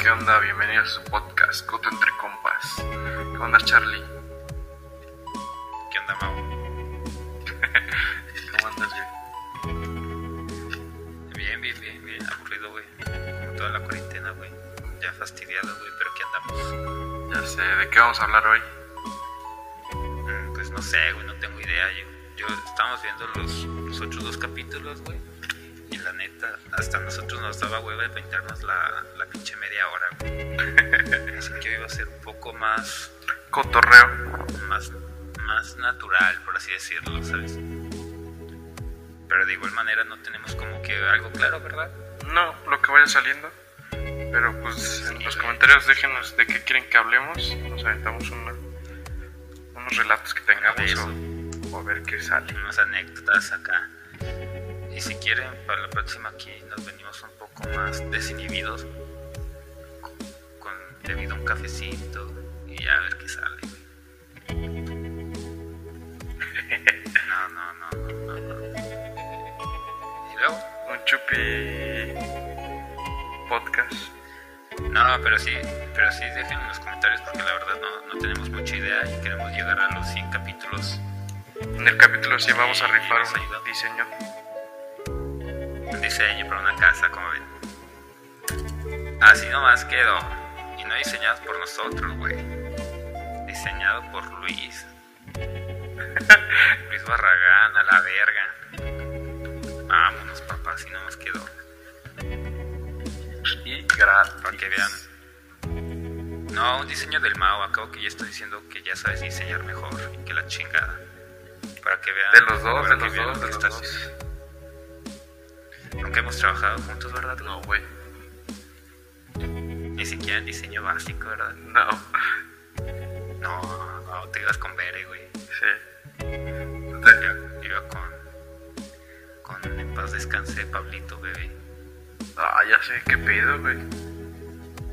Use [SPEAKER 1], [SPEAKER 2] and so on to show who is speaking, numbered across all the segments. [SPEAKER 1] ¿Qué onda? Bienvenidos a su podcast, Coto entre compas. ¿Qué onda, Charlie?
[SPEAKER 2] ¿Qué onda, Mau?
[SPEAKER 1] ¿Cómo andas, güey?
[SPEAKER 2] Bien, bien, bien, bien. Aburrido, güey. Como toda la cuarentena, güey. Ya fastidiado, güey, pero ¿qué andamos?
[SPEAKER 1] Ya sé, ¿de qué vamos a hablar hoy?
[SPEAKER 2] Mm, Pues no sé, güey, no tengo idea. Yo, yo estábamos viendo los, los otros dos capítulos, güey. Y la neta, hasta a nosotros nos daba hueva de pintarnos la, la pinche media hora, güey. Así que hoy iba a ser un poco más,
[SPEAKER 1] Cotorreo.
[SPEAKER 2] más, más natural, por así decirlo, ¿sabes? Pero de igual manera no tenemos como que algo claro, ¿verdad?
[SPEAKER 1] No, lo que vaya saliendo. Pero pues en los comentarios déjenos de qué quieren que hablemos. Nos aventamos una- unos relatos que
[SPEAKER 2] De
[SPEAKER 1] tengamos
[SPEAKER 2] eso.
[SPEAKER 1] o, o a ver qué sale.
[SPEAKER 2] unas anécdotas acá. Y si quieren, para la próxima aquí nos venimos un poco más desinhibidos. con- Con debido a un cafecito y a ver qué sale. güey. No, no, no, no, no, no. Y luego,
[SPEAKER 1] Un chupi podcast.
[SPEAKER 2] no, pero sí, pero sí dejen en los comentarios porque la verdad no, no tenemos mucha idea y queremos llegar a los 100 capítulos
[SPEAKER 1] En el capítulo sí vamos a rifar
[SPEAKER 2] Sí,
[SPEAKER 1] un diseño.
[SPEAKER 2] un diseño para una casa, como ven. Así nomás quedó. Y no diseñados por nosotros, güey. Diseñado por Luis. Luis Barragán, a la verga. Vámonos, papá, así nomás quedó.
[SPEAKER 1] Y gratis.
[SPEAKER 2] Para que vean. No, un diseño del Mao. Acabo que ya estoy diciendo que ya sabes diseñar mejor que la chingada. Para que vean.
[SPEAKER 1] De los dos,
[SPEAKER 2] para
[SPEAKER 1] de
[SPEAKER 2] que
[SPEAKER 1] los
[SPEAKER 2] vean
[SPEAKER 1] dos,
[SPEAKER 2] lo
[SPEAKER 1] de
[SPEAKER 2] que
[SPEAKER 1] los
[SPEAKER 2] estás
[SPEAKER 1] dos.
[SPEAKER 2] haciendo. Nunca hemos trabajado juntos, ¿verdad? güey?
[SPEAKER 1] No, güey.
[SPEAKER 2] Ni siquiera en diseño básico, ¿verdad?
[SPEAKER 1] No.
[SPEAKER 2] No, no, te ibas con Bere, güey.
[SPEAKER 1] Sí.
[SPEAKER 2] Yo yo iba con. Con En Paz Descanse, Pablito, bebé.
[SPEAKER 1] Ah, ya sé qué pedo, güey.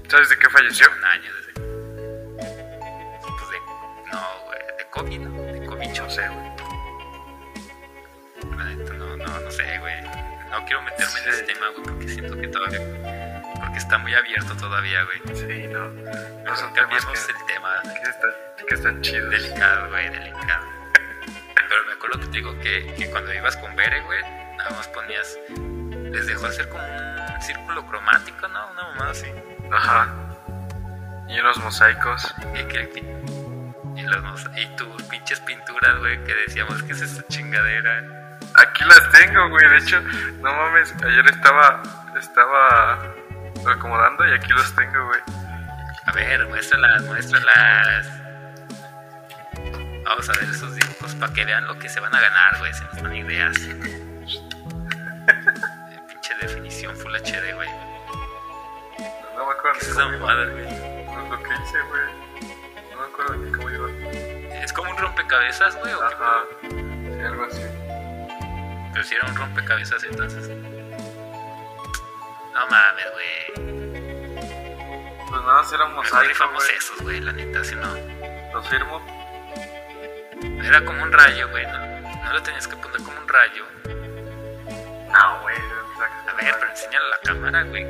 [SPEAKER 1] ¿Sabes de qué falleció?
[SPEAKER 2] Un año desde. Pues de. No, güey, de COVID, ¿no? De COVID,
[SPEAKER 1] No
[SPEAKER 2] yo
[SPEAKER 1] sé, güey.
[SPEAKER 2] La neta, no, no, no sé, güey. No quiero meterme en ese tema, güey, porque siento que todavía. Porque está muy abierto todavía, güey.
[SPEAKER 1] Sí, no. No
[SPEAKER 2] Pero
[SPEAKER 1] son temas
[SPEAKER 2] cambiamos
[SPEAKER 1] que,
[SPEAKER 2] el tema.
[SPEAKER 1] que, están, que están chidos.
[SPEAKER 2] Delicado, güey, delicado. Pero me acuerdo que te digo que, que cuando ibas con Bere, güey, nada más ponías. Les dejó hacer como un círculo cromático, ¿no? Una mamada así.
[SPEAKER 1] Ajá. Y unos mosaicos.
[SPEAKER 2] Y, que, el pin- y, los mos- y tus pinches pinturas, güey, que decíamos que es esa chingadera.
[SPEAKER 1] Aquí las tengo, güey. De hecho, no mames. Ayer estaba. Estaba. Acomodando y aquí los tengo, güey.
[SPEAKER 2] A ver, muéstralas, muéstralas. Vamos a ver esos dibujos para que vean lo que se van a ganar, güey, si nos dan ideas. Pinche definición Full HD, güey.
[SPEAKER 1] No me acuerdo
[SPEAKER 2] ¿Qué es
[SPEAKER 1] ni
[SPEAKER 2] esa
[SPEAKER 1] cómo iba.
[SPEAKER 2] mamada, güey?
[SPEAKER 1] Pues Lo que hice, güey. No me acuerdo ni cómo iba.
[SPEAKER 2] Es como un rompecabezas, güey. ¿o qué?
[SPEAKER 1] Ajá. Sí, algo así.
[SPEAKER 2] Pero si era un rompecabezas, entonces. No mames, güey.
[SPEAKER 1] Pues nada más era un
[SPEAKER 2] Mejor
[SPEAKER 1] mosaico,
[SPEAKER 2] rifamos
[SPEAKER 1] güey.
[SPEAKER 2] esos, güey, la neta, si no.
[SPEAKER 1] Lo firmo.
[SPEAKER 2] Era como un rayo, güey. No, no lo tenías que poner como un rayo.
[SPEAKER 1] No, Ah, güey.
[SPEAKER 2] A ver, pero enséñale a la cámara, güey.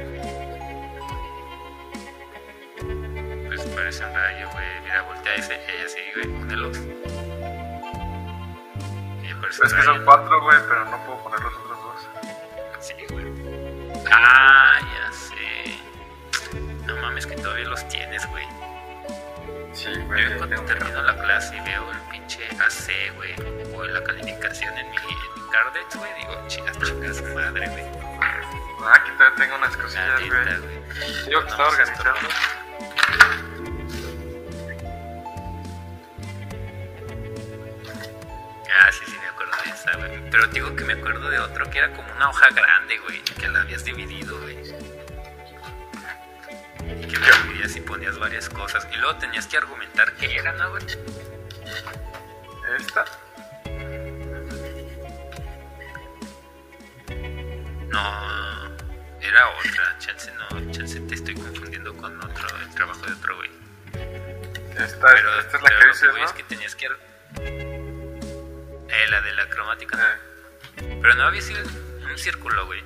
[SPEAKER 2] Pues parece un rayo, güey. Mira, voltea ese, ella sí, güey. Únelos. Ella parece
[SPEAKER 1] Es
[SPEAKER 2] un
[SPEAKER 1] que
[SPEAKER 2] rayo.
[SPEAKER 1] son cuatro, güey, pero no puedo poner los otros dos.
[SPEAKER 2] Sí, güey. Ah, ya sé. No mames, que todavía los tienes, güey.
[SPEAKER 1] Sí,
[SPEAKER 2] Yo
[SPEAKER 1] güey.
[SPEAKER 2] en cuanto termino la clase y veo el pinche AC, güey, o la calificación en mi, en mi Cardex, güey, digo, chicas, chicas, su madre, güey.
[SPEAKER 1] Ah, aquí todavía tengo unas
[SPEAKER 2] La
[SPEAKER 1] cosillas, güey.
[SPEAKER 2] neta, güey.
[SPEAKER 1] Yo que estaba
[SPEAKER 2] No, sí,
[SPEAKER 1] organizando.
[SPEAKER 2] Ah, sí, sí, me acuerdo de esa, güey. Pero digo que me acuerdo de otro que era como una hoja grande, güey, que la habías dividido, güey. Y que la dividías y ponías varias cosas. Y luego tenías que argumentar qué era, ¿no, güey?
[SPEAKER 1] Esta.
[SPEAKER 2] No, era otra. Chance no, chance te estoy confundiendo con otro, el trabajo de otro, güey.
[SPEAKER 1] Esta,
[SPEAKER 2] Pero
[SPEAKER 1] Ah, esta es la
[SPEAKER 2] pero
[SPEAKER 1] que
[SPEAKER 2] lo
[SPEAKER 1] dices,
[SPEAKER 2] voy
[SPEAKER 1] ¿no?
[SPEAKER 2] es que tenías que... ar- Eh, la de la cromática.
[SPEAKER 1] Eh,
[SPEAKER 2] Pero no había sido un círculo, güey.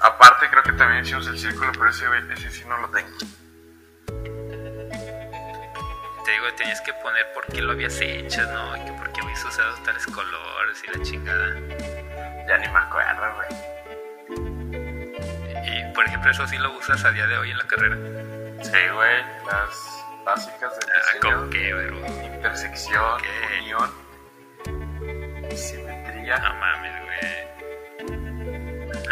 [SPEAKER 1] Aparte, creo que también hicimos el círculo, pero ese, güey, ese sí no lo tengo.
[SPEAKER 2] te digo, tenías que poner por qué lo habías hecho, ¿no? Y que por qué habías usado tales colores y la chingada.
[SPEAKER 3] Ya ni me acuerdo, güey.
[SPEAKER 2] Y, por ejemplo, eso sí lo usas a día de hoy en la carrera.
[SPEAKER 3] Sí, güey, las básicas del
[SPEAKER 2] Ah,
[SPEAKER 3] diseño.
[SPEAKER 2] ¿con qué, bro?
[SPEAKER 3] Intersección,
[SPEAKER 2] Ok.
[SPEAKER 3] unión, simetría.
[SPEAKER 2] No mames, güey.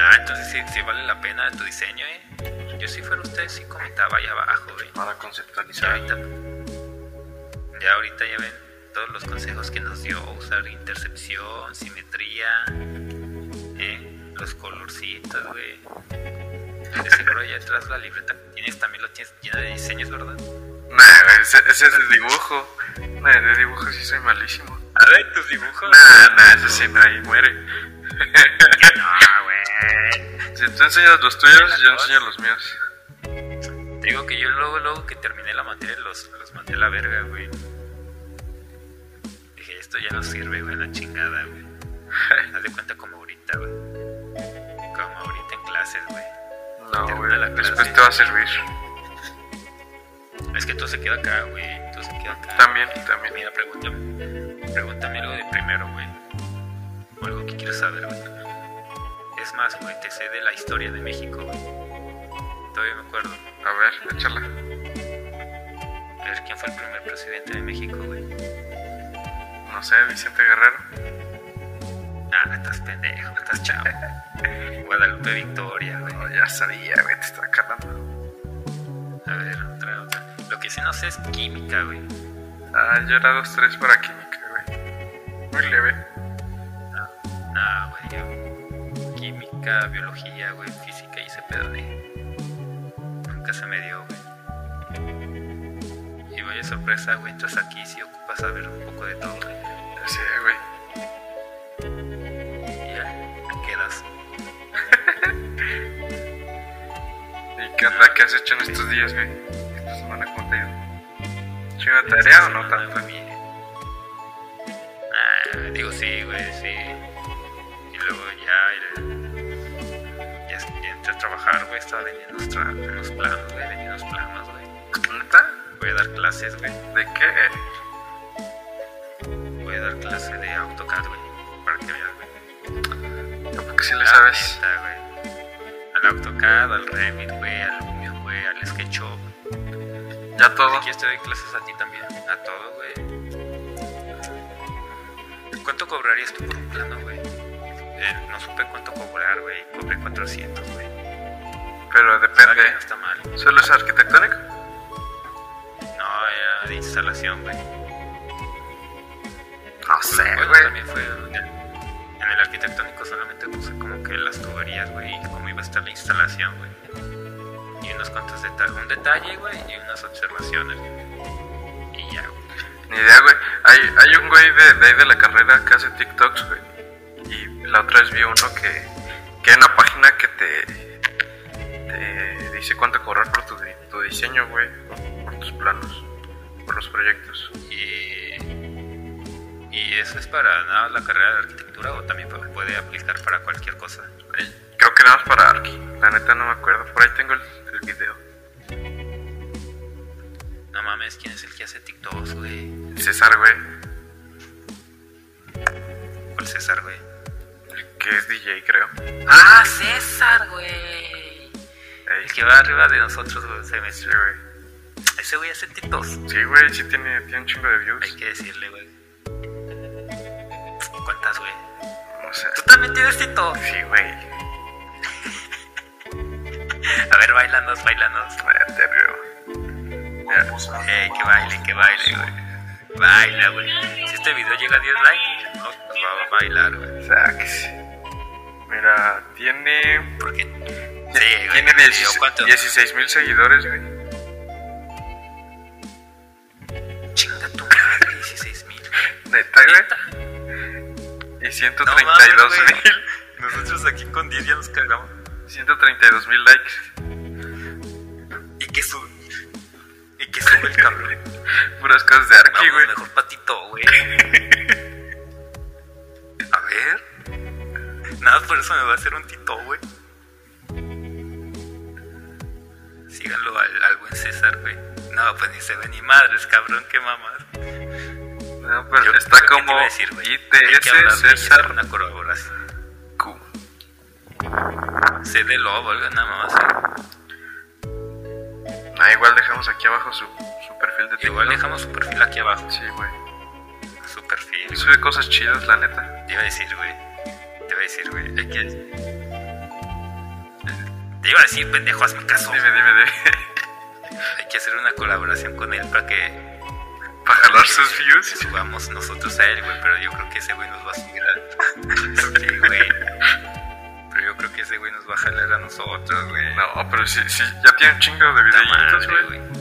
[SPEAKER 2] Ah, entonces sí, sí vale la pena tu diseño, ¿eh? Yo si fuera usted sí comentaba ahí abajo, güey.
[SPEAKER 1] Para
[SPEAKER 2] Ya
[SPEAKER 1] conceptualizar.
[SPEAKER 2] ahorita, ya ahorita ya ven todos los consejos que nos dio, usar intercepción, simetría, ¿eh? los colorcitos, güey. De seguro allá atrás la libreta que tienes también lo tienes llena de diseños, ¿verdad?
[SPEAKER 1] Nah, güey, ese, ese es el dibujo. Nah, de dibujo sí soy malísimo.
[SPEAKER 2] A ver, tus dibujos.
[SPEAKER 1] Nah, nah, ese sí, nah, ahí muere.
[SPEAKER 2] No, güey.
[SPEAKER 1] Si tú enseñas los tuyos, yo enseño los míos.
[SPEAKER 2] Te digo que yo luego, luego que terminé la materia los, los mandé a la verga, güey. Dije, esto ya no sirve, güey, la chingada, güey. Haz de cuenta como ahorita, güey. Como ahorita en clases, güey.
[SPEAKER 1] No,
[SPEAKER 2] Termina
[SPEAKER 1] güey,
[SPEAKER 2] la clase.
[SPEAKER 1] después te va a servir.
[SPEAKER 2] Es que todo se queda acá, güey. Todo se queda acá.
[SPEAKER 1] También, también.
[SPEAKER 2] Mira, pregúntame. Pregúntame algo de primero, güey. O algo que quieras saber, güey. Es más, güey, te sé de la historia de México, güey. Todavía me acuerdo.
[SPEAKER 1] A ver, échala.
[SPEAKER 2] A ver quién fue el primer presidente de México, güey.
[SPEAKER 1] No sé, Vicente Guerrero.
[SPEAKER 2] Ah, estás pendejo, estás chavo. Guadalupe Victoria, güey.
[SPEAKER 1] No, ya sabía, güey, te estaba calando.
[SPEAKER 2] A ver, otra, otra. Lo que sí no sé es química, güey.
[SPEAKER 1] Ah, yo era 2-3 para química, güey. Muy leve.
[SPEAKER 2] Ah, güey, yo. Química, biología, güey, física y ese pedo de. Nunca se me dio, güey. Y vaya sorpresa, güey, entras aquí si ocupas saber un poco de todo, güey.
[SPEAKER 1] Ya sé, güey.
[SPEAKER 2] Y ya, te quedas.
[SPEAKER 1] ¿Y qué onda? ¿Qué has hecho en estos días, güey? ¿Esta semana cómo te ha ido? ¿Chinga tarea o no tanto?
[SPEAKER 2] Ah, digo sí, güey, sí. Y luego ya, eh, ya, ya entré a trabajar, güey, estaba vendiendo los, tra- los planos, güey, vendiendo los planos, güey.
[SPEAKER 1] ¿Neta?
[SPEAKER 2] Voy a dar clases, güey.
[SPEAKER 1] ¿De qué?
[SPEAKER 2] Voy a dar clase de AutoCAD, güey. Para que veas, güey.
[SPEAKER 1] Yo porque sí le
[SPEAKER 2] La
[SPEAKER 1] sabes.
[SPEAKER 2] neta, güey. Al AutoCAD, al Revit, güey, al Lumion, güey, al SketchUp.
[SPEAKER 1] Ya todo.
[SPEAKER 2] Aquí te doy clases a ti también. A todo, güey. ¿Cuánto cobrarías tú por un plano, güey? Eh, no supe cuánto cobrar, güey. Cobré 400, güey.
[SPEAKER 1] Pero
[SPEAKER 2] Está bien,
[SPEAKER 1] depende.
[SPEAKER 2] No está mal.
[SPEAKER 1] ¿Solo es arquitectónico?
[SPEAKER 2] No, era de instalación, güey.
[SPEAKER 1] No sé,
[SPEAKER 2] Bueno,
[SPEAKER 1] güey.
[SPEAKER 2] también fue en el, en el arquitectónico solamente puse como que las tuberías, güey, y cómo iba a estar la instalación, güey. Y unos cuantos detalles, un detalle, güey, y unas observaciones. güey. Y ya, güey.
[SPEAKER 1] Ni idea, güey. Hay, hay un güey de, de ahí de la carrera que hace TikToks, güey. Y la otra vez vi uno que, que hay una página que te, te dice cuánto cobrar por tu, di- tu diseño, güey. Por tus planos, por los proyectos.
[SPEAKER 2] Y, y eso es para nada más la carrera de arquitectura o también pu- puede aplicar para cualquier cosa.
[SPEAKER 1] Eh, Creo que nada más para Arki. La neta no me acuerdo. Por ahí tengo el, el video.
[SPEAKER 2] No mames, ¿quién es el que hace TikToks, güey?
[SPEAKER 1] César, güey.
[SPEAKER 2] ¿Cuál César, güey?
[SPEAKER 1] El que es DJ, creo.
[SPEAKER 2] ¡Ah, César, güey!
[SPEAKER 1] Ey,
[SPEAKER 2] El que va arriba de nosotros, güey, se me-
[SPEAKER 1] sí, güey.
[SPEAKER 2] Ese güey hace TikToks.
[SPEAKER 1] Sí, güey, sí tiene, tiene un chingo de
[SPEAKER 2] Hay
[SPEAKER 1] views.
[SPEAKER 2] que decirle, güey. ¿Cuántas, güey?
[SPEAKER 1] No sé.
[SPEAKER 2] Tú también tienes tito.
[SPEAKER 1] Sí, güey.
[SPEAKER 2] A ver, bailanos, bailanos.
[SPEAKER 1] Cállate, güey.
[SPEAKER 2] Eh, que baile, que baile, güey. Baila, güey. Si este video llega a 10 likes, no, pues va a bailar, güey.
[SPEAKER 1] Sax. Mira, tiene.
[SPEAKER 2] Porque. Sí, güey.
[SPEAKER 1] Tiene
[SPEAKER 2] te digo,
[SPEAKER 1] 16
[SPEAKER 2] ¿Cuánto?
[SPEAKER 1] 16 mil seguidores, güey.
[SPEAKER 2] Chinga tu madre, 16 mil.
[SPEAKER 1] Neta, güey. Y 132 mil.
[SPEAKER 2] Nosotros aquí con 10 ya nos cagamos.
[SPEAKER 1] 132 mil likes.
[SPEAKER 2] Y que sube. Y que sube el cabrón.
[SPEAKER 1] Puras cosas de Arki,
[SPEAKER 2] Vamos,
[SPEAKER 1] güey.
[SPEAKER 2] mejor patito, güey. A ver. Nada, por eso me va a hacer un tito, güey. Síganlo al, al buen César, güey. no, pues ni se ve ni madres, cabrón, qué mamás.
[SPEAKER 1] No, pero está como ITS César
[SPEAKER 2] Una colaboración.
[SPEAKER 1] Q.
[SPEAKER 2] C de lobo, algo nada más. ¿eh? así.
[SPEAKER 1] Ah, igual dejamos aquí abajo su, su perfil de TikTok.
[SPEAKER 2] Igual dejamos su perfil aquí abajo.
[SPEAKER 1] Sí, güey.
[SPEAKER 2] Su perfil.
[SPEAKER 1] Sube cosas chidas, la neta.
[SPEAKER 2] Te iba a decir, güey. Te iba a decir, güey. hay que- Te iba a decir, pendejo, hazme caso.
[SPEAKER 1] Dime, dime, dime.
[SPEAKER 2] Hay que hacer una colaboración con él para que.
[SPEAKER 1] Para jalar sus
[SPEAKER 2] que
[SPEAKER 1] views.
[SPEAKER 2] subamos nosotros a él, güey. Pero yo creo que ese güey nos va a subir a. Sí, güey. Pero yo creo que ese güey nos va a jalar a nosotros, güey.
[SPEAKER 1] No, pero sí, sí, ya tiene un chingo de
[SPEAKER 2] Puta
[SPEAKER 1] videitos,
[SPEAKER 2] madre,
[SPEAKER 1] güey.
[SPEAKER 2] güey.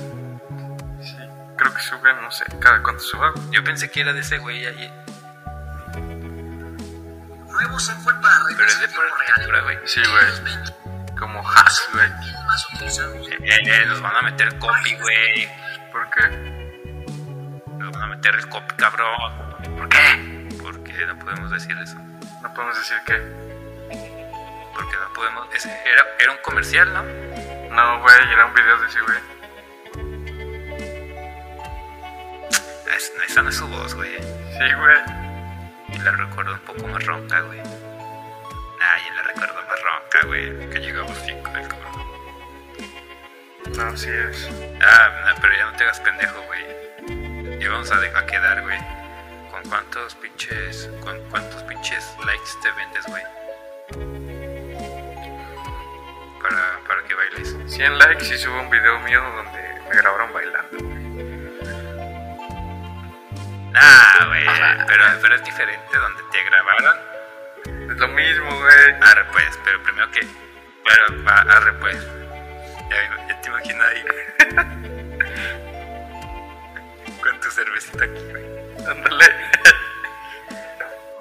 [SPEAKER 1] Sí, creo que sube, no sé, cada cuánto suba. güey.
[SPEAKER 2] Yo pensé que era de ese güey ahí.
[SPEAKER 4] Nuevo software para redes
[SPEAKER 2] Pero es de
[SPEAKER 4] en
[SPEAKER 2] pura
[SPEAKER 4] tiempo
[SPEAKER 2] arquitectura, güey.
[SPEAKER 1] Sí, güey.
[SPEAKER 4] 2020
[SPEAKER 1] Como hacks, güey.
[SPEAKER 4] es más utilizado.
[SPEAKER 2] Eh, eh, nos van a meter copy, güey.
[SPEAKER 1] Porque
[SPEAKER 2] Nos van a meter el copy, cabrón. ¿Por qué? Porque no podemos decir eso.
[SPEAKER 1] no podemos decir que.
[SPEAKER 2] Porque no podemos. ese era, era un comercial, ¿no?
[SPEAKER 1] No, güey, era un video de sí, güey.
[SPEAKER 2] Ah, es- no, Esa no es su voz, güey.
[SPEAKER 1] Sí, güey.
[SPEAKER 2] Y la recuerdo un poco más ronca, güey. Nah, yo la recuerdo más ronca, güey. Que llegamos cinco del cabrón.
[SPEAKER 1] No, sí es.
[SPEAKER 2] Ah, nah, pero ya no te hagas pendejo, güey. Ya vamos a, de- a quedar, güey. ¿Con cuántos pinches. Con cuántos pinches likes te vendes, güey? Para, para que bailes.
[SPEAKER 1] 100 likes y subo un video mío donde me grabaron bailando.
[SPEAKER 2] Nah, güey. Pero, pero es diferente donde te grabaron.
[SPEAKER 1] Es lo mismo, güey.
[SPEAKER 2] Arre pues, pero primero que. Bueno, va, arre pues. Ya, me- ya te imagino ahí. Con tu cervecita aquí, güey.
[SPEAKER 1] Ándale.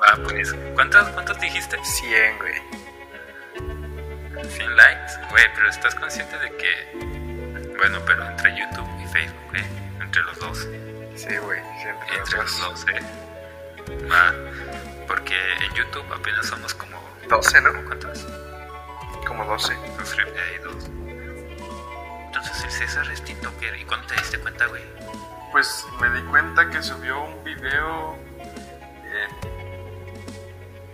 [SPEAKER 2] Va, pues. ¿Cuántos, cuántos dijiste?
[SPEAKER 1] 100, güey.
[SPEAKER 2] 100 likes. Güey, pero estás consciente de que. Bueno, pero entre YouTube y Facebook, güey. Entre los dos.
[SPEAKER 1] Sí, güey. sí, entre los
[SPEAKER 2] Entre los
[SPEAKER 1] dos.
[SPEAKER 2] dos, eh. Va. Porque en YouTube apenas somos como.
[SPEAKER 1] 12, ¿no?
[SPEAKER 2] ¿Cuántos?
[SPEAKER 1] Como 12.
[SPEAKER 2] Suscriptores ahí, dos. Entonces el César es TikToker. ¿Y cuándo te diste cuenta, güey?
[SPEAKER 3] Pues me di cuenta que subió un video. en-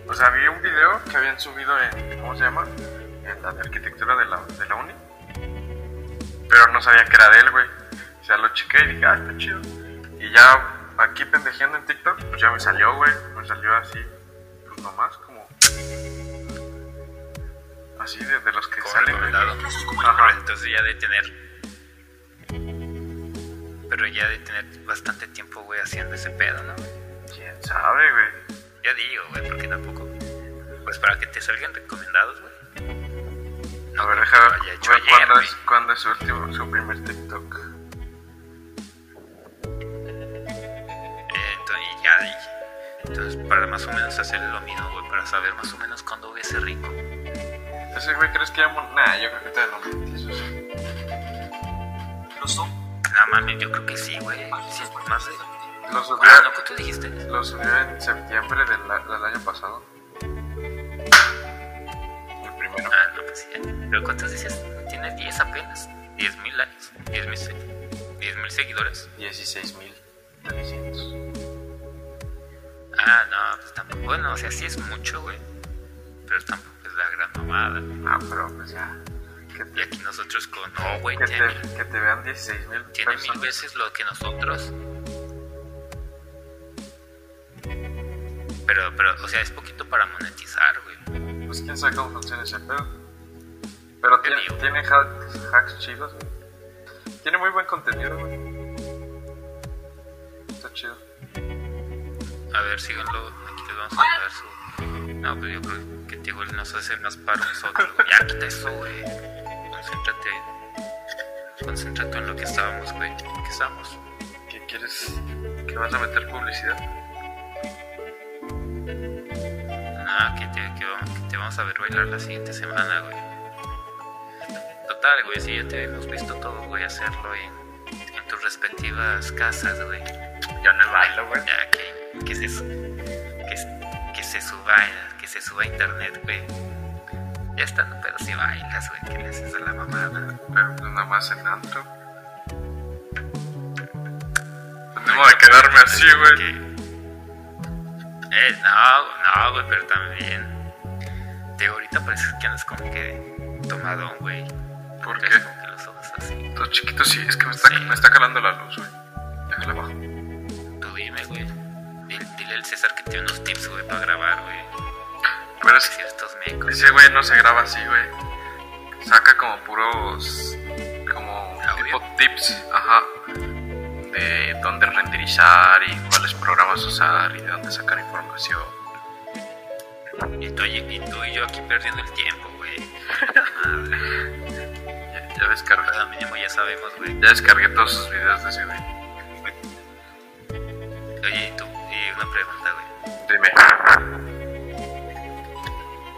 [SPEAKER 3] o sea, vi un video que habían subido en. ¿Cómo se llama? En la de arquitectura de la, de la uni. Pero no sabía que era de él, güey. O sea, lo chequé y dije, ah, está chido. Y ya aquí pendejeando en TikTok, pues ya me salió, güey. Me salió así, pues nomás, como. Así de, de los que
[SPEAKER 2] como
[SPEAKER 3] salen, güey.
[SPEAKER 2] recomendado. Pero
[SPEAKER 3] Ajá.
[SPEAKER 2] entonces ya de tener. Pero ya de tener bastante tiempo, güey, haciendo ese pedo, ¿no?
[SPEAKER 3] ¿Quién sabe, güey?
[SPEAKER 2] Ya digo, güey, porque tampoco. Pues para que te salgan recomendados, güey.
[SPEAKER 3] A ver,
[SPEAKER 2] creo
[SPEAKER 3] deja
[SPEAKER 2] que lo haya
[SPEAKER 3] ver
[SPEAKER 2] hecho
[SPEAKER 3] cu-
[SPEAKER 2] ayer,
[SPEAKER 3] cuándo
[SPEAKER 2] güey.
[SPEAKER 3] es, cuándo es su, último, su primer TikTok.
[SPEAKER 2] Eh, entonces ya dije. Entonces, para más o menos hacer lo mismo, güey, para saber más o menos cuándo voy a ser rico.
[SPEAKER 3] Ese güey, ¿crees que ya mon- Nah, yo creo que todavía no monetizas.
[SPEAKER 4] Los software
[SPEAKER 2] Nada mames, yo creo que sí, güey. Sí, más de.
[SPEAKER 3] Lo subió,
[SPEAKER 2] Ah, no, ¿cuánto dijiste?
[SPEAKER 3] lo subió en septiembre del, a- del año pasado. El primero.
[SPEAKER 2] Ah, no, pues ya. Pero ¿cuántos dices? Tienes 10 apenas. 10 mil likes. 10 mil seguidores.
[SPEAKER 3] 16.300.
[SPEAKER 2] Ah, no, pues tampoco. Bueno, o sea, sí es mucho, güey. Pero tampoco es la gran mamada.
[SPEAKER 3] Ah, pero pues ya. Que
[SPEAKER 2] Y
[SPEAKER 3] te,
[SPEAKER 2] aquí nosotros con. No, güey,
[SPEAKER 3] que
[SPEAKER 2] tiene,
[SPEAKER 3] te, que te vean 16.000
[SPEAKER 2] tiene mil
[SPEAKER 3] personas.
[SPEAKER 2] veces lo que nosotros. Pero, pero, o sea, es poquito para monetizar, güey.
[SPEAKER 3] Pues quién sabe cómo funciona ese pedo. Pero
[SPEAKER 2] Te
[SPEAKER 3] tiene,
[SPEAKER 2] digo.
[SPEAKER 3] tiene hacks, hacks chidos, güey. Tiene muy buen contenido, güey. Está chido.
[SPEAKER 2] A ver, síganlo. Aquí les vamos a dar su. No, pero yo creo que tío, él nos hace más para nosotros. güey. Ya quita eso, güey. Concéntrate. Concéntrate en lo que estábamos, güey. ¿En qué estábamos?
[SPEAKER 1] ¿Qué quieres? ¿Que vas a meter publicidad?
[SPEAKER 2] Ah, que te, que vamos, que te vamos a ver bailar la siguiente semana, güey. Total, güey, si ya te hemos visto todo, güey, hacerlo en, en tus respectivas casas, güey.
[SPEAKER 1] Yo no bailo, güey.
[SPEAKER 2] Ya, que, que, se, su- que, se- que se suba, a- que se suba a internet, güey. Ya estando, pero si bailas, güey, que le haces a la mamada.
[SPEAKER 3] Pero pues nada más en antro.
[SPEAKER 1] No voy a quedarme así, güey.
[SPEAKER 2] Eh, no, no, güey, pero también. Te digo, ahorita parece que andas como que tomadón, güey.
[SPEAKER 1] ¿Por
[SPEAKER 2] Traes
[SPEAKER 1] qué?
[SPEAKER 2] Como que los ojos así.
[SPEAKER 1] Todo chiquito, sí, es que me está,
[SPEAKER 2] Sí.
[SPEAKER 1] me está calando la luz, güey. Déjala abajo.
[SPEAKER 2] Tú dime, güey. Dile, dile al César que tiene unos tips, güey, para grabar, güey.
[SPEAKER 1] Pero es
[SPEAKER 2] Ciertos mecos.
[SPEAKER 1] Ese güey no se graba así, güey. Saca como puros. como
[SPEAKER 2] Audio.
[SPEAKER 1] tipo tips, ajá. De dónde renderizar y cuáles programas usar y de dónde sacar información.
[SPEAKER 2] Y tú, y, y tú y yo aquí perdiendo el tiempo, güey.
[SPEAKER 1] Ya, ya descargué.
[SPEAKER 2] Pero pues, al mínimo ya sabemos, güey.
[SPEAKER 1] Ya descargué todos sus videos de ese güey.
[SPEAKER 2] Oye, y tú, y una pregunta, güey.
[SPEAKER 1] Dime.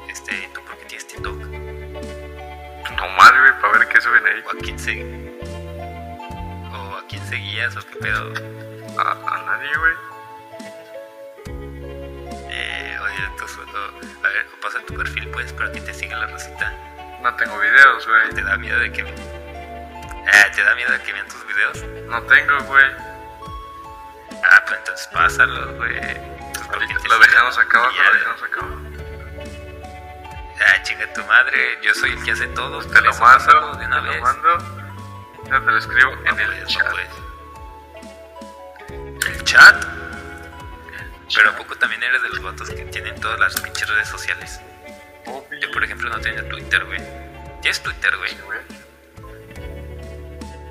[SPEAKER 2] Este, ¿y ¿tú por qué tienes TikTok?
[SPEAKER 1] Nomás, güey, para ver qué suben ahí.
[SPEAKER 2] ¿O a quién se... ¿O a quién seguías? ¿O qué pedo?
[SPEAKER 1] A, a nadie, güey.
[SPEAKER 2] Eh, oye, tú solo... A ver, pasa tu perfil, pues, para que te siga la rosita.
[SPEAKER 1] No tengo videos, güey.
[SPEAKER 2] ¿Te da miedo de que... Ah, ¿te da miedo de que vean tus videos?
[SPEAKER 1] No tengo, güey.
[SPEAKER 2] Ah, pues entonces pásalo, güey. Pues, ¿por qué
[SPEAKER 1] Ahorita
[SPEAKER 2] te
[SPEAKER 1] Lo
[SPEAKER 2] sigan?
[SPEAKER 1] dejamos acá abajo,
[SPEAKER 2] Y ya,
[SPEAKER 1] lo dejamos acá abajo.
[SPEAKER 2] Ah, chinga tu madre, yo soy el que hace todo.
[SPEAKER 1] Te
[SPEAKER 2] por
[SPEAKER 1] lo
[SPEAKER 2] eso
[SPEAKER 1] mando,
[SPEAKER 2] pásalo
[SPEAKER 1] te
[SPEAKER 2] de una
[SPEAKER 1] lo
[SPEAKER 2] vez.
[SPEAKER 1] mando. pues, Ya te lo escribo
[SPEAKER 2] No
[SPEAKER 1] en el
[SPEAKER 2] puedes,
[SPEAKER 1] chat.
[SPEAKER 2] no puedes. ¿El chat? Pero ¿a poco también eres de los vatos que tienen todas las pinches redes sociales?
[SPEAKER 1] Obvio.
[SPEAKER 2] Yo, por ejemplo, no tenía Twitter, güey. ¿Tienes Twitter, güey?
[SPEAKER 3] Sí, güey.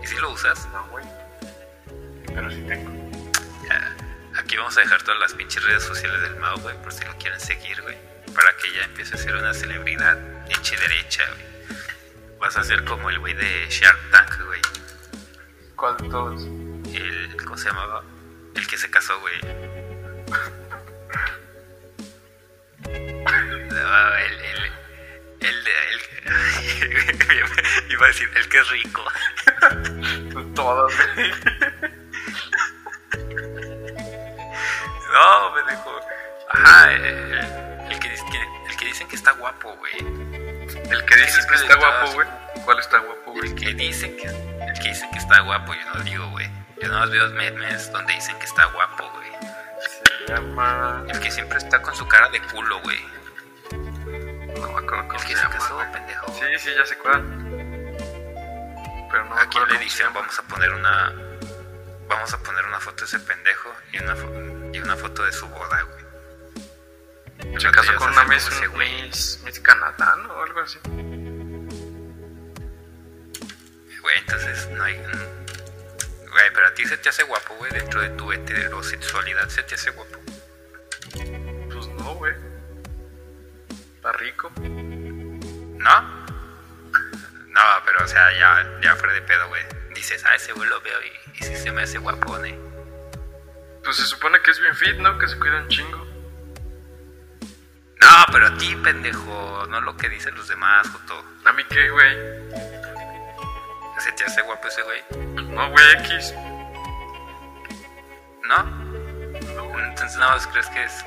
[SPEAKER 2] ¿Y si lo usas?
[SPEAKER 3] No, güey. Pero sí tengo.
[SPEAKER 2] Ah, Aquí vamos a dejar todas las pinches redes sociales del Mao, güey, por si lo quieren seguir, güey. Para que ya empiece a ser una celebridad hecha y derecha, güey. Vas a ser como el güey de Shark Tank, güey.
[SPEAKER 3] ¿Cuál de todos?
[SPEAKER 2] El, ¿Cómo se llamaba? El que se casó, güey. No, el, el, el, de- el- iba a decir, el que es rico.
[SPEAKER 3] Todos, güey.
[SPEAKER 2] No, me dejó. Ajá, el, el que, dice- que- el que dicen que está guapo, güey.
[SPEAKER 1] El que dices que
[SPEAKER 2] siempre
[SPEAKER 1] está
[SPEAKER 2] estabas-
[SPEAKER 1] guapo, güey. ¿Cuál está guapo, güey?
[SPEAKER 2] El que dicen que, el que dicen que está guapo, yo no digo, güey. Yo no veo memes donde dicen que está guapo, güey.
[SPEAKER 3] Se llama.
[SPEAKER 2] El que siempre está con su cara de culo, güey.
[SPEAKER 1] No me acuerdo cómo
[SPEAKER 2] El
[SPEAKER 1] se
[SPEAKER 2] que se
[SPEAKER 1] llama.
[SPEAKER 2] casó,
[SPEAKER 1] güey.
[SPEAKER 2] pendejo.
[SPEAKER 1] Sí, sí, ya sé cuál. Pero no me
[SPEAKER 2] Aquí
[SPEAKER 1] acuerdo
[SPEAKER 2] le
[SPEAKER 1] cómo se
[SPEAKER 2] dicen,
[SPEAKER 1] llama.
[SPEAKER 2] vamos a poner una. Vamos a poner una foto de ese pendejo y una, fo- y una foto de su boda, güey.
[SPEAKER 1] Se
[SPEAKER 2] no te
[SPEAKER 1] casó
[SPEAKER 2] ibas
[SPEAKER 1] con
[SPEAKER 2] a
[SPEAKER 1] una
[SPEAKER 2] hacer
[SPEAKER 1] Miss,
[SPEAKER 2] como ese güey.
[SPEAKER 1] Miss, Miss Canadá, ¿no? O algo así.
[SPEAKER 2] Güey, entonces no hay. mm. Güey, pero a ti se te hace guapo, güey, dentro de tu heterosexualidad se te hace guapo.
[SPEAKER 1] Pues no, güey. Está rico.
[SPEAKER 2] ¿No? No, pero o sea, ya, ya fuera de pedo, güey. Dices, ah, ese güey lo veo y, y sí se me hace guapón, eh.
[SPEAKER 1] Pues se supone que es bien fit, ¿no? Que se cuida un chingo.
[SPEAKER 2] No, pero a ti, pendejo, no lo que dicen los demás, Joto.
[SPEAKER 1] ¿A mí qué, güey?
[SPEAKER 2] ¿Se te hace guapo ese güey?
[SPEAKER 1] Pues no, güey, X.
[SPEAKER 2] ¿No? Entonces nada más crees que es.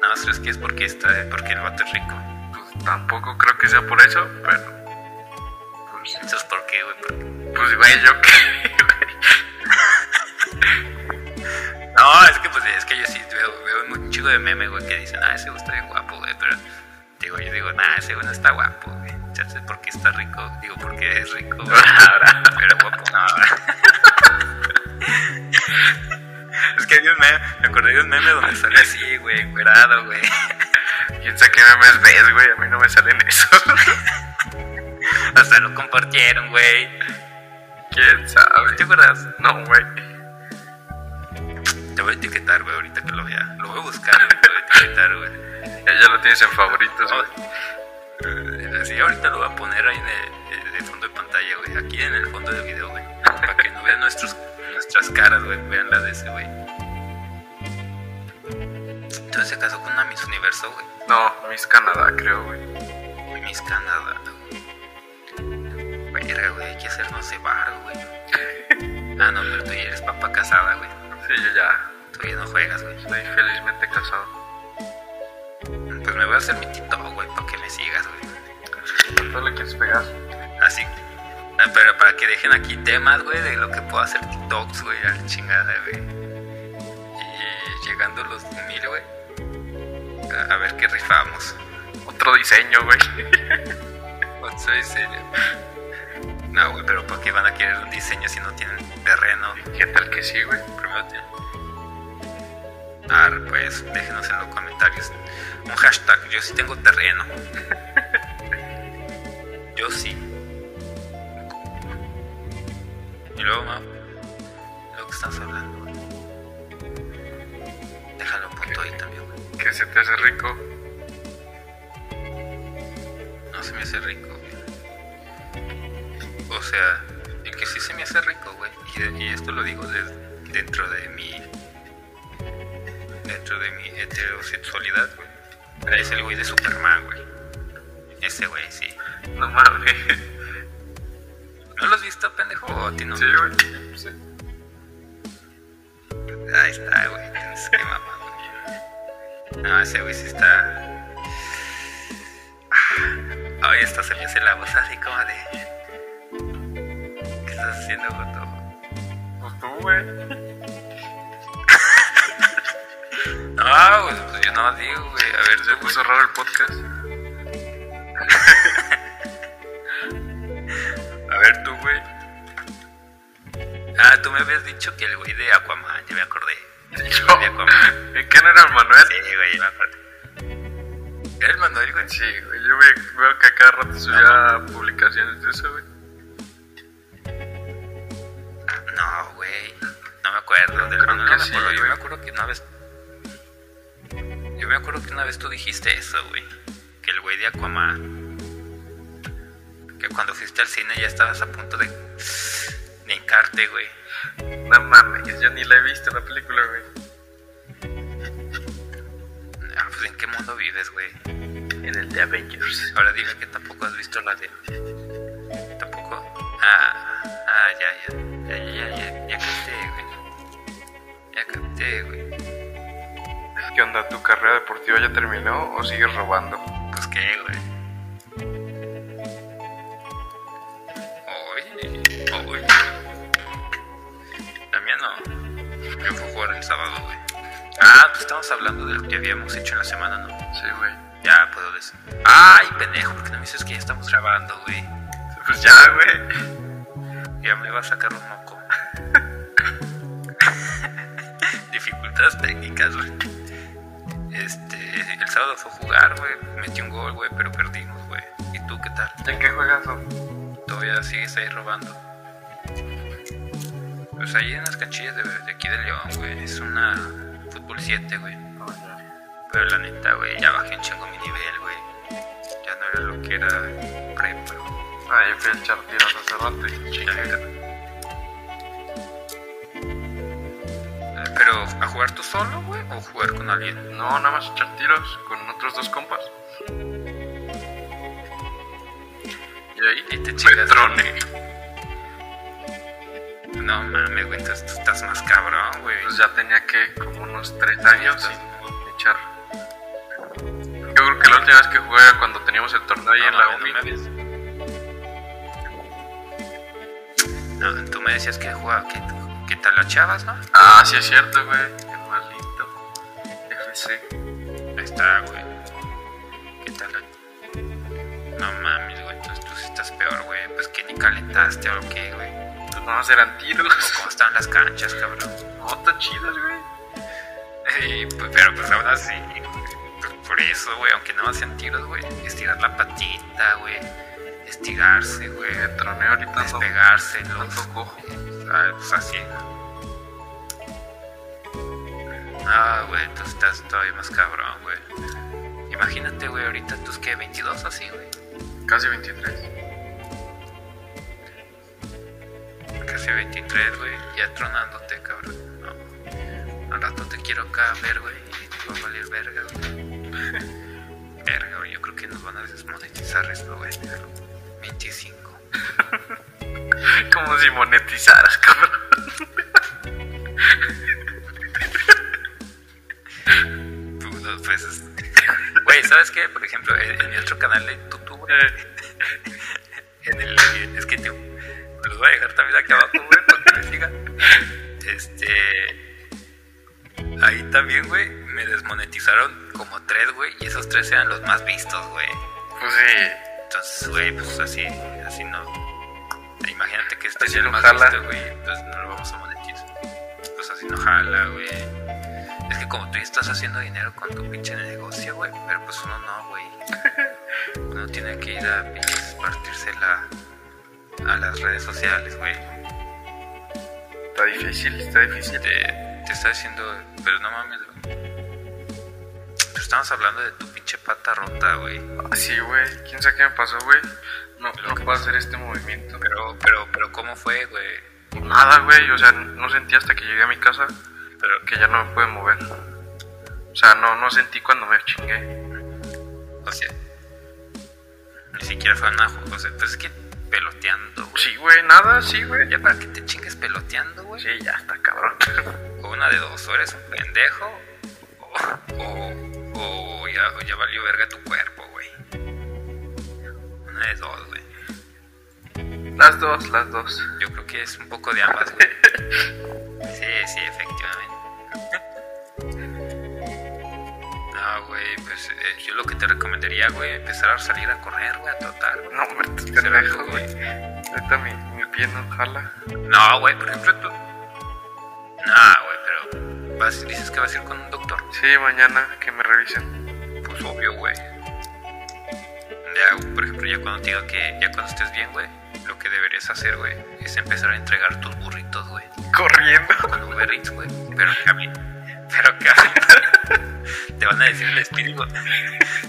[SPEAKER 2] Nada más crees que es porque está, porque el vato es rico.
[SPEAKER 1] Pues tampoco creo que sea por eso, pero... Pues,
[SPEAKER 2] Entonces por qué, güey, ¿Por qué?
[SPEAKER 1] pues güey, yo qué, güey.
[SPEAKER 2] No, es que pues es que yo sí veo, veo un chico de meme, güey, que dicen, ah, ese güey está bien guapo, güey, pero digo, yo digo, nah, ese güey no está guapo, güey. Entonces porque está rico, digo, porque es rico, güey. pero guapo, no. Es que había un meme, me acordé de un meme donde sale así, güey, encuerado, güey.
[SPEAKER 1] ¿Quién sabe qué memes ves, güey? A mí no me salen esos.
[SPEAKER 2] Hasta lo compartieron, güey.
[SPEAKER 1] ¿Quién sabe?
[SPEAKER 2] ¿Te acuerdas?
[SPEAKER 1] No, güey.
[SPEAKER 2] Te voy a etiquetar, güey, ahorita que lo vea. Lo voy a buscar, güey, te voy a etiquetar, güey.
[SPEAKER 1] Ya, ya lo tienes en favoritos, güey.
[SPEAKER 2] Eh, Sí, ahorita lo voy a poner ahí de, de- de fondo de pantalla, güey. Aquí en el fondo del video, güey. Para que no vean nuestros, nuestras caras, güey. Vean la de ese, güey. Entonces se casó con una Miss Universo, güey.
[SPEAKER 1] No, Miss Canadá, creo, güey.
[SPEAKER 2] Miss Canadá, güey. Verga, güey, hay que hacernos de bar, güey. Ah, no, pero tú ya eres papá casada, güey.
[SPEAKER 1] Sí, yo ya
[SPEAKER 2] Tú ya no juegas, güey.
[SPEAKER 1] estoy felizmente casado.
[SPEAKER 2] Pues me voy a hacer mi TikTok, güey, para que me sigas, güey.
[SPEAKER 3] ¿Cuánto le quieres pegar?
[SPEAKER 2] Así. Ah, Pero para que dejen aquí temas, güey, de lo que puedo hacer TikToks, güey, a la chingada, güey. llegando los mil, güey. A, a ver qué rifamos.
[SPEAKER 1] Otro diseño, güey.
[SPEAKER 2] Otro diseño. No, güey, pero ¿para qué van a querer un diseño si no tienen terreno?
[SPEAKER 1] ¿Qué tal que sí, güey?
[SPEAKER 2] Primero tienen. Ah, pues déjenos en los comentarios un hashtag. Yo sí tengo terreno. Yo sí. Y luego, Mau, lo que estás hablando, güey. Déjalo un punto ahí también, güey.
[SPEAKER 1] Que se te hace rico.
[SPEAKER 2] No se me hace rico, güey. O sea, el que sí se me hace rico, güey. Y, y esto lo digo des- dentro de mi. Dentro de mi heterosexualidad, güey. Es el güey de Superman, güey. Ese güey, sí.
[SPEAKER 1] No mames.
[SPEAKER 2] ¿No lo has visto, pendejo? ¿O a ti no?
[SPEAKER 1] Sí, güey. Sí.
[SPEAKER 2] Ahí está, güey. Tienes que mamar, güey. No, ese güey sí está. ah, Ay, esta se me hace la voz así como de. ¿Qué estás haciendo, Joto?
[SPEAKER 3] Pues tú, güey.
[SPEAKER 1] Ah,
[SPEAKER 2] No, güey, pues yo no digo, güey. A ver,
[SPEAKER 1] Se
[SPEAKER 2] yo
[SPEAKER 1] puso raro el podcast.
[SPEAKER 2] A ver tú, güey. Ah, tú me habías dicho que el güey de Aquaman, ya me acordé. El güey de Aquaman.
[SPEAKER 1] ¿Y quién era el Manuel?
[SPEAKER 2] Sí, güey, ya me acordé. ¿Era el Manuel, güey?
[SPEAKER 1] Sí, güey. Yo ve- veo que a cada rato subía publicaciones de eso, güey.
[SPEAKER 2] No, güey. No me acuerdo. Del
[SPEAKER 1] Creo
[SPEAKER 2] Manuel
[SPEAKER 1] que
[SPEAKER 2] no me
[SPEAKER 1] sí,
[SPEAKER 2] acuerdo. Yo
[SPEAKER 1] güey.
[SPEAKER 2] me acuerdo que una vez. Yo me acuerdo que una vez tú dijiste eso, güey. Que el güey de Aquaman. Que cuando fuiste al cine ya estabas a punto de. de hincarte, güey.
[SPEAKER 1] No mames, yo ni la he visto la película, güey.
[SPEAKER 2] Ah, pues en qué mundo vives, güey.
[SPEAKER 1] En el de Avengers.
[SPEAKER 2] Ahora dime que tampoco has visto la de. Tampoco. Ah, ah, ya, ya. Ya, ya, ya, ya, ya capté, güey. Ya capté, güey.
[SPEAKER 3] ¿Qué onda? ¿Tu carrera deportiva ya terminó o sigues robando?
[SPEAKER 2] Pues qué, güey. Oye, oye. La mía no. Yo fui a jugar el sábado, güey. Ah, pues estamos hablando de lo que habíamos hecho en la semana, ¿no?
[SPEAKER 1] Sí, güey.
[SPEAKER 2] Ya puedo decir. ¡Ay, pendejo! Porque no me dices que ya estamos grabando, güey.
[SPEAKER 1] Pues ya, güey.
[SPEAKER 2] Ya me va a sacar un moco. Dificultades técnicas, güey. Este, el sábado fue a jugar, güey. Metí un gol, güey, pero perdimos, güey. ¿Y tú qué tal?
[SPEAKER 3] ¿En qué juegas? o?
[SPEAKER 2] Todavía sigues ahí robando. Pues ahí en las canchillas de, de aquí de León, güey. Es una fútbol 7, güey. Pero la neta, güey, ya bajé un chingo mi nivel, güey. Ya no era lo que era prepa, güey.
[SPEAKER 3] Ah, yo fui a echar tiros hace rato y
[SPEAKER 2] Ya, ya. Eh, Pero, ¿a jugar tú solo, güey? ¿O jugar con alguien?
[SPEAKER 3] No, nada más echar tiros con otros dos compas.
[SPEAKER 1] Y ahí,
[SPEAKER 2] Y te chingas.
[SPEAKER 1] Petrone.
[SPEAKER 2] No mames, güey, entonces tú estás más cabrón, güey.
[SPEAKER 1] Pues ya tenía que como unos 30 años sin echar. Yo creo que la última vez que jugué era cuando teníamos el torneo ahí
[SPEAKER 2] No,
[SPEAKER 1] en la
[SPEAKER 2] mames,
[SPEAKER 1] UMI.
[SPEAKER 2] no mames. No, tú me decías que jugaba, que, que te la echabas, ¿no?
[SPEAKER 1] Ah, sí es cierto, güey. Qué malito. FC.
[SPEAKER 2] Ahí está, güey. ¿Qué tal? No mames, güey, entonces tú sí estás peor, güey. Pues que ni calentaste o qué, güey.
[SPEAKER 1] Pues nada más eran
[SPEAKER 2] O
[SPEAKER 1] tiros.
[SPEAKER 2] cómo están las canchas, cabrón.
[SPEAKER 1] No, tan chidas, güey.
[SPEAKER 2] Y, pues, pero pues aún así, pues, por eso, güey, aunque no hacen tiros, güey, estirar la patita, güey, estirarse, güey,
[SPEAKER 1] Me troné ahorita ando
[SPEAKER 2] despegarse, los,
[SPEAKER 1] tanto cojo.
[SPEAKER 2] ah, pues así. Ah, güey, tú estás todavía más cabrón, güey. Imagínate, güey, ahorita tus que 22 así, güey.
[SPEAKER 1] Casi 23.
[SPEAKER 2] Casi 23, güey, ya tronándote, cabrón. No. Al rato te quiero acá ver, güey, y te va a valer verga, güey. Verga, güey, yo creo que nos van a desmonetizar esto, güey. déjalo. 25.
[SPEAKER 1] Como si monetizaras, cabrón.
[SPEAKER 2] Pudo, pues. es- Güey, ¿sabes qué? Por ejemplo, en, en mi otro canal de YouTube, güey, en el. Es que te. Los voy a dejar también aquí abajo, güey, para que me sigan. Este. ahí también, güey, me desmonetizaron como tres, güey, y esos tres eran los más vistos, güey.
[SPEAKER 1] Pues sí,
[SPEAKER 2] Entonces, güey, pues así, así no. Imagínate que este
[SPEAKER 1] Así
[SPEAKER 2] sea el
[SPEAKER 1] no
[SPEAKER 2] más
[SPEAKER 1] jala.
[SPEAKER 2] visto, güey, entonces no lo vamos a monetizar. Pues así no jala, güey. Es que como tú ya estás haciendo dinero con tu pinche negocio, güey, pero pues uno no, güey. Uno tiene que ir a pinches partirse a las redes sociales, güey.
[SPEAKER 1] está difícil, está difícil.
[SPEAKER 2] Te, te está diciendo, pero no mames, güey. Pero estamos hablando de tu pinche pata rota, güey.
[SPEAKER 1] Ah, Sí, güey, quién sabe qué me pasó, güey. No,
[SPEAKER 2] Lo
[SPEAKER 1] no
[SPEAKER 2] que
[SPEAKER 1] puedo hacer este movimiento.
[SPEAKER 2] Pero, pero, pero, ¿cómo fue, güey?
[SPEAKER 1] Nada, güey, o sea, no sentí hasta que llegué a mi casa
[SPEAKER 2] Pero,
[SPEAKER 1] que ya no me pude mover. O sea, no, no sentí cuando me chingué.
[SPEAKER 2] o sea, ni siquiera fue anajo. O sea, pues es que peloteando, güey.
[SPEAKER 1] Sí, güey, nada, sí, güey.
[SPEAKER 2] Ya para que te chingues peloteando, güey.
[SPEAKER 1] Sí, ya está, cabrón.
[SPEAKER 2] O una de dos, o eres un pendejo. O, o, o ya, o ya valió verga tu cuerpo, güey. Una de dos, güey.
[SPEAKER 1] Las dos, las dos.
[SPEAKER 2] Yo creo que es un poco de ambas, güey. Sí, sí, efectivamente. No, güey, pues eh, yo lo que te recomendaría, güey, empezar a salir a correr, güey, a trotar, güey.
[SPEAKER 1] No, me te
[SPEAKER 2] Hacer
[SPEAKER 1] dejo,
[SPEAKER 2] algo,
[SPEAKER 1] güey. Ahorita mi, mi pie no jala.
[SPEAKER 2] No, güey, por ejemplo, tú... No, güey, pero vas, dices que vas a ir con un doctor.
[SPEAKER 1] Sí, mañana que me revisen.
[SPEAKER 2] Pues obvio, güey. Ya, por ejemplo, ya cuando te diga que ya cuando estés bien, güey, lo que deberías hacer, güey, es empezar a entregar tus burritos, güey.
[SPEAKER 1] Corriendo.
[SPEAKER 2] con Uber Eats, güey. Pero que a mí- Pero que a mí- Te van a decir el Speedy Gon-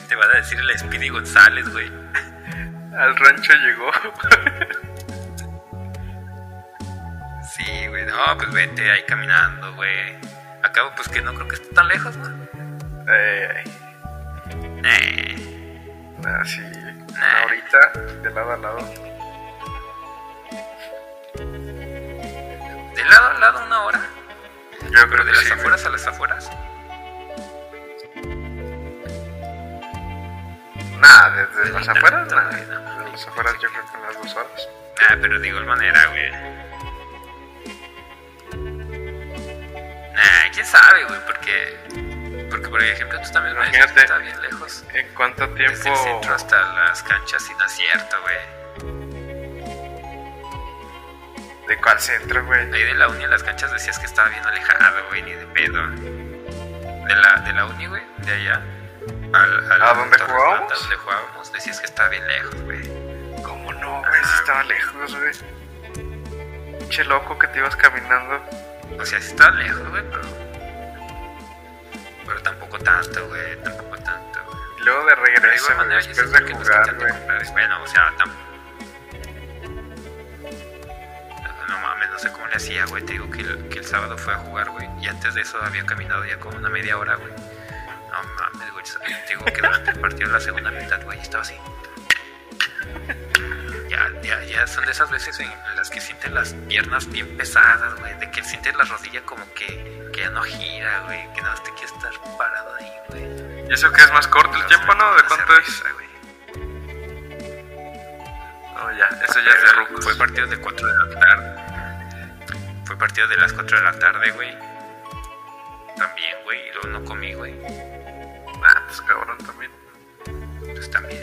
[SPEAKER 2] Te van a decir el Speedy González, güey.
[SPEAKER 1] Al rancho llegó.
[SPEAKER 2] Sí, güey. No, pues vete ahí caminando, güey. Acabo, pues que no creo que esté tan lejos, ¿no?
[SPEAKER 1] Eh,
[SPEAKER 2] Eh,
[SPEAKER 1] así. Ahorita, de lado a lado.
[SPEAKER 2] de lado a lado una hora.
[SPEAKER 1] Yo
[SPEAKER 2] Pero
[SPEAKER 1] creo que
[SPEAKER 2] de las
[SPEAKER 1] sí. güey.
[SPEAKER 2] afueras a las afueras.
[SPEAKER 1] Nada, desde las
[SPEAKER 2] Del
[SPEAKER 1] afueras,
[SPEAKER 2] intento,
[SPEAKER 1] nada.
[SPEAKER 2] güey, no.
[SPEAKER 1] Desde las afueras, yo creo que en las dos horas.
[SPEAKER 2] Ah, pero de igual manera, güey. Nah, quién sabe, güey, porque. Porque, por ejemplo, tú también me dices que
[SPEAKER 1] Imagínate.
[SPEAKER 2] está bien lejos.
[SPEAKER 1] ¿En cuánto
[SPEAKER 2] Desde
[SPEAKER 1] tiempo?
[SPEAKER 2] el centro hasta las canchas sin acierto, güey.
[SPEAKER 1] ¿De cuál centro, güey?
[SPEAKER 2] Ahí de la uni a las canchas decías que estaba bien alejado, güey, ni de pedo. De la, de la uni, güey, de allá. Al,
[SPEAKER 1] ¿A dónde
[SPEAKER 2] Torres
[SPEAKER 1] jugábamos?
[SPEAKER 2] Plata, donde jugábamos, decías que estaba bien lejos, güey.
[SPEAKER 1] ¿Cómo no, Ah, güey? Si estaba lejos, güey. Che loco que te ibas caminando.
[SPEAKER 2] O sea, sí estaba lejos, güey, pero. Pero tampoco tanto, güey, tampoco tanto, güey.
[SPEAKER 1] Y luego de
[SPEAKER 2] Pero de
[SPEAKER 1] regreso,
[SPEAKER 2] igual
[SPEAKER 1] güey,
[SPEAKER 2] manera, yo
[SPEAKER 1] después
[SPEAKER 2] siento
[SPEAKER 1] de
[SPEAKER 2] que los
[SPEAKER 1] jugar,
[SPEAKER 2] canchas
[SPEAKER 1] güey.
[SPEAKER 2] populares, bueno, o sea, tampoco. No mames, no sé cómo le hacía, güey. Te digo que el, que el sábado fue a jugar, güey. Y antes de eso había caminado ya como una media hora, güey. No mames, güey. Te digo que durante el partido, la segunda mitad, güey, estaba así. Ya, ya, ya son de esas veces en las que sientes las piernas bien pesadas, güey. De que sientes la rodilla como que, que ya no gira, güey. Que nada más te quieres estar parado ahí, güey.
[SPEAKER 1] ¿Y eso que es más corto el tiempo, no? ¿De cuánto es? No, ya, eso ya es de
[SPEAKER 2] Pero
[SPEAKER 1] rucos.
[SPEAKER 2] Fue partido de 4 de la tarde. Fue partido de las 4 de la tarde, güey. También, güey. Y luego no comí, güey.
[SPEAKER 1] Ah, pues cabrón también.
[SPEAKER 2] Pues también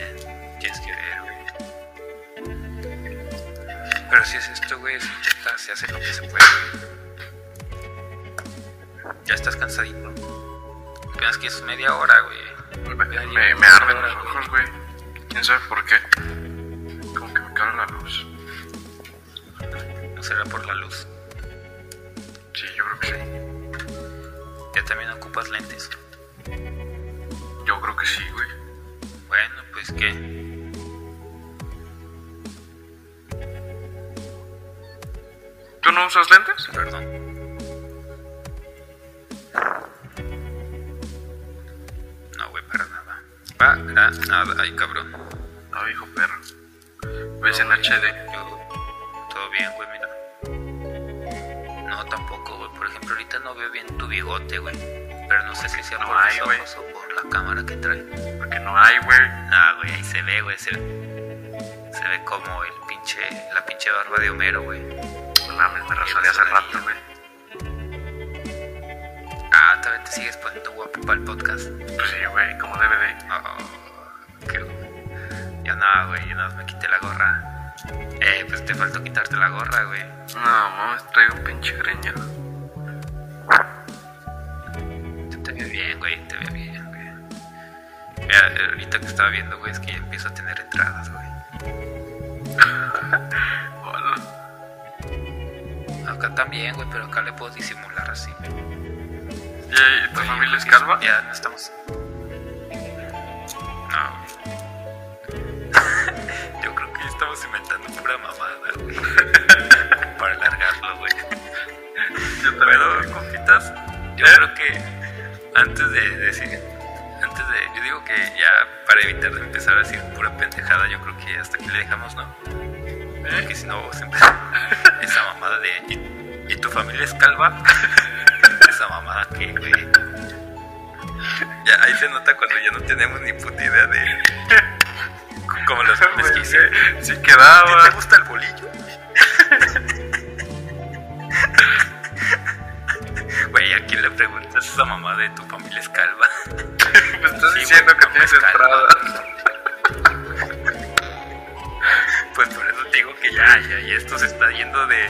[SPEAKER 2] tienes que ver, güey. Pero si es esto, güey, se intenta, se hace lo que se puede, güey. Ya estás cansadito. Apenas que es media hora, güey.
[SPEAKER 1] Me,
[SPEAKER 2] Ya
[SPEAKER 1] me,
[SPEAKER 2] llevo
[SPEAKER 1] me arden
[SPEAKER 2] una
[SPEAKER 1] los
[SPEAKER 2] hora,
[SPEAKER 1] ojos, güey. ¿Quién sabe por qué? Como que me cae la luz.
[SPEAKER 2] No será por la luz.
[SPEAKER 1] Sí, yo creo que sí.
[SPEAKER 2] Ya también ocupas lentes.
[SPEAKER 1] Yo creo que sí, güey.
[SPEAKER 2] Bueno, pues qué.
[SPEAKER 1] ¿Tú no usas lentes?
[SPEAKER 2] Perdón. No, güey, para nada. Para nada. Ay, cabrón.
[SPEAKER 1] No, hijo perro. ¿Ves en HD?
[SPEAKER 2] Yo- Todo bien, güey, mira. No, tampoco, güey. Por ejemplo, ahorita no veo bien tu bigote, güey. Pero no sé si sea
[SPEAKER 1] No
[SPEAKER 2] por
[SPEAKER 1] hay,
[SPEAKER 2] los
[SPEAKER 1] güey.
[SPEAKER 2] ojos o por la cámara que trae.
[SPEAKER 1] Porque no hay, güey.
[SPEAKER 2] Nah, güey, ahí se ve, güey. Se, se ve como el pinche, la pinche barba de Homero, güey. pues,
[SPEAKER 1] No mames, me rasuré hace rato, güey.
[SPEAKER 2] Ah, también te sigues poniendo guapo para el podcast.
[SPEAKER 1] Pues sí, güey, como debe de.
[SPEAKER 2] Oh, qué... Yo no, güey, yo nada más me quité la gorra. Eh, pues te faltó quitarte la gorra, güey.
[SPEAKER 1] No, mames, traigo un pinche greña.
[SPEAKER 2] Te, te veo bien, güey, te veo bien, güey. Mira, ahorita que estaba viendo, güey, es que ya empiezo a tener entradas, güey.
[SPEAKER 1] Hola.
[SPEAKER 2] Acá también, güey, pero acá le puedo disimular así, güey.
[SPEAKER 1] ¿Y eh, tu
[SPEAKER 2] Oye, pues,
[SPEAKER 1] familia es
[SPEAKER 2] porque
[SPEAKER 1] calva?
[SPEAKER 2] Ya no estamos. No, güey. Yo creo que estamos inventando pura mamada, güey. Para alargarlo, güey.
[SPEAKER 1] Yo
[SPEAKER 2] Pero, compitas, yo creo que antes de decir. Antes de. Yo digo que ya para evitar de empezar a decir pura pendejada, yo creo que hasta aquí le dejamos, ¿no? Porque si no, siempre. Esa mamada de. ¿Y, y tu familia es calva? Esa mamada que, güey. Ya, ahí se nota cuando ya no tenemos ni puta idea de. Como los memes que hice.
[SPEAKER 1] Sí
[SPEAKER 2] ¿Te,
[SPEAKER 1] quedaba.
[SPEAKER 2] te gusta el bolillo? Güey, ¿a quién le preguntas esa mamá de tu familia es calva?
[SPEAKER 1] Me estás
[SPEAKER 2] Sí,
[SPEAKER 1] diciendo
[SPEAKER 2] güey,
[SPEAKER 1] que
[SPEAKER 2] no,
[SPEAKER 1] tienes
[SPEAKER 2] pues, calma.
[SPEAKER 1] entrada.
[SPEAKER 2] Pues por eso te digo que ya, ya, ya esto se está yendo de.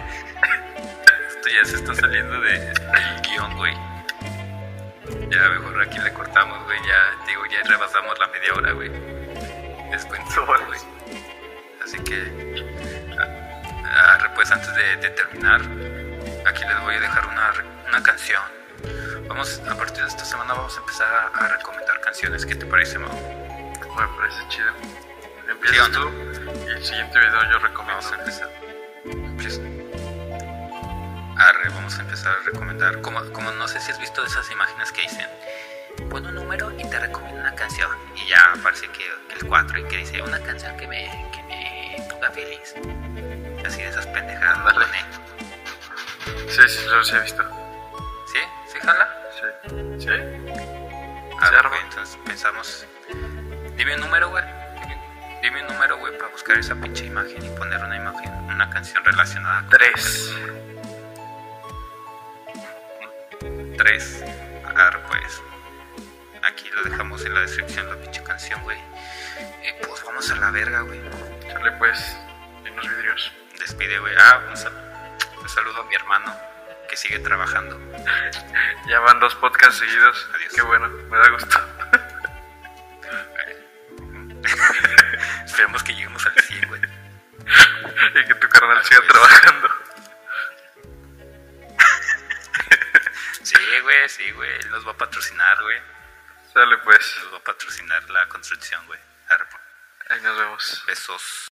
[SPEAKER 2] Esto ya se está saliendo de, del guión, güey. Ya mejor aquí le cortamos, güey. Ya, te digo, ya rebasamos la media hora, güey. Descuento, güey. Así que. ah, ah, pues antes de, de terminar, aquí les voy a dejar una, re- una canción. Vamos, a partir de esta semana vamos a empezar a, a recomendar canciones. ¿Qué te parece, Mau?
[SPEAKER 1] Me parece chido. Empiezas
[SPEAKER 2] Sí, ¿o
[SPEAKER 1] tú y el siguiente video yo recomiendo.
[SPEAKER 2] Vamos a empezar. Empieza. Arre, vamos a empezar a recomendar. Como, como no sé si has visto esas imágenes que dicen, pon un número y te recomiendo una canción. Y ya aparece que, que el 4 y que dice, una canción que me, que me ponga feliz. Así de esas pendejadas,
[SPEAKER 1] Ándale.
[SPEAKER 2] la neta.
[SPEAKER 1] Sí, sí, los he visto.
[SPEAKER 2] ¿Sí? ¿Sí, jala?
[SPEAKER 1] Sí. ¿Sí?
[SPEAKER 2] A ver,
[SPEAKER 1] arma.
[SPEAKER 2] güey, entonces pensamos. Dime un número, güey. Dime- Dime un número, güey, para buscar esa pinche imagen y poner una imagen, una canción relacionada con
[SPEAKER 1] Tres.
[SPEAKER 2] Tres, Agarro pues. Aquí lo dejamos en la descripción, la pinche canción, güey. Eh, pues vamos a la verga, güey.
[SPEAKER 1] Sale pues. En los vidrios.
[SPEAKER 2] Despide, güey. Ah, un, sal- un saludo a mi hermano que sigue trabajando.
[SPEAKER 1] Ya van dos podcasts seguidos.
[SPEAKER 2] Adiós.
[SPEAKER 1] Qué bueno, me da gusto.
[SPEAKER 2] Esperemos que lleguemos al 100, güey.
[SPEAKER 1] Y que tu carnal siga
[SPEAKER 2] Así es.
[SPEAKER 1] trabajando.
[SPEAKER 2] Sí, güey, sí, güey. Él nos va a patrocinar, güey.
[SPEAKER 1] Sale pues.
[SPEAKER 2] Nos va a patrocinar la construcción, güey. Arre, pues.
[SPEAKER 1] Ahí nos vemos.
[SPEAKER 2] Besos.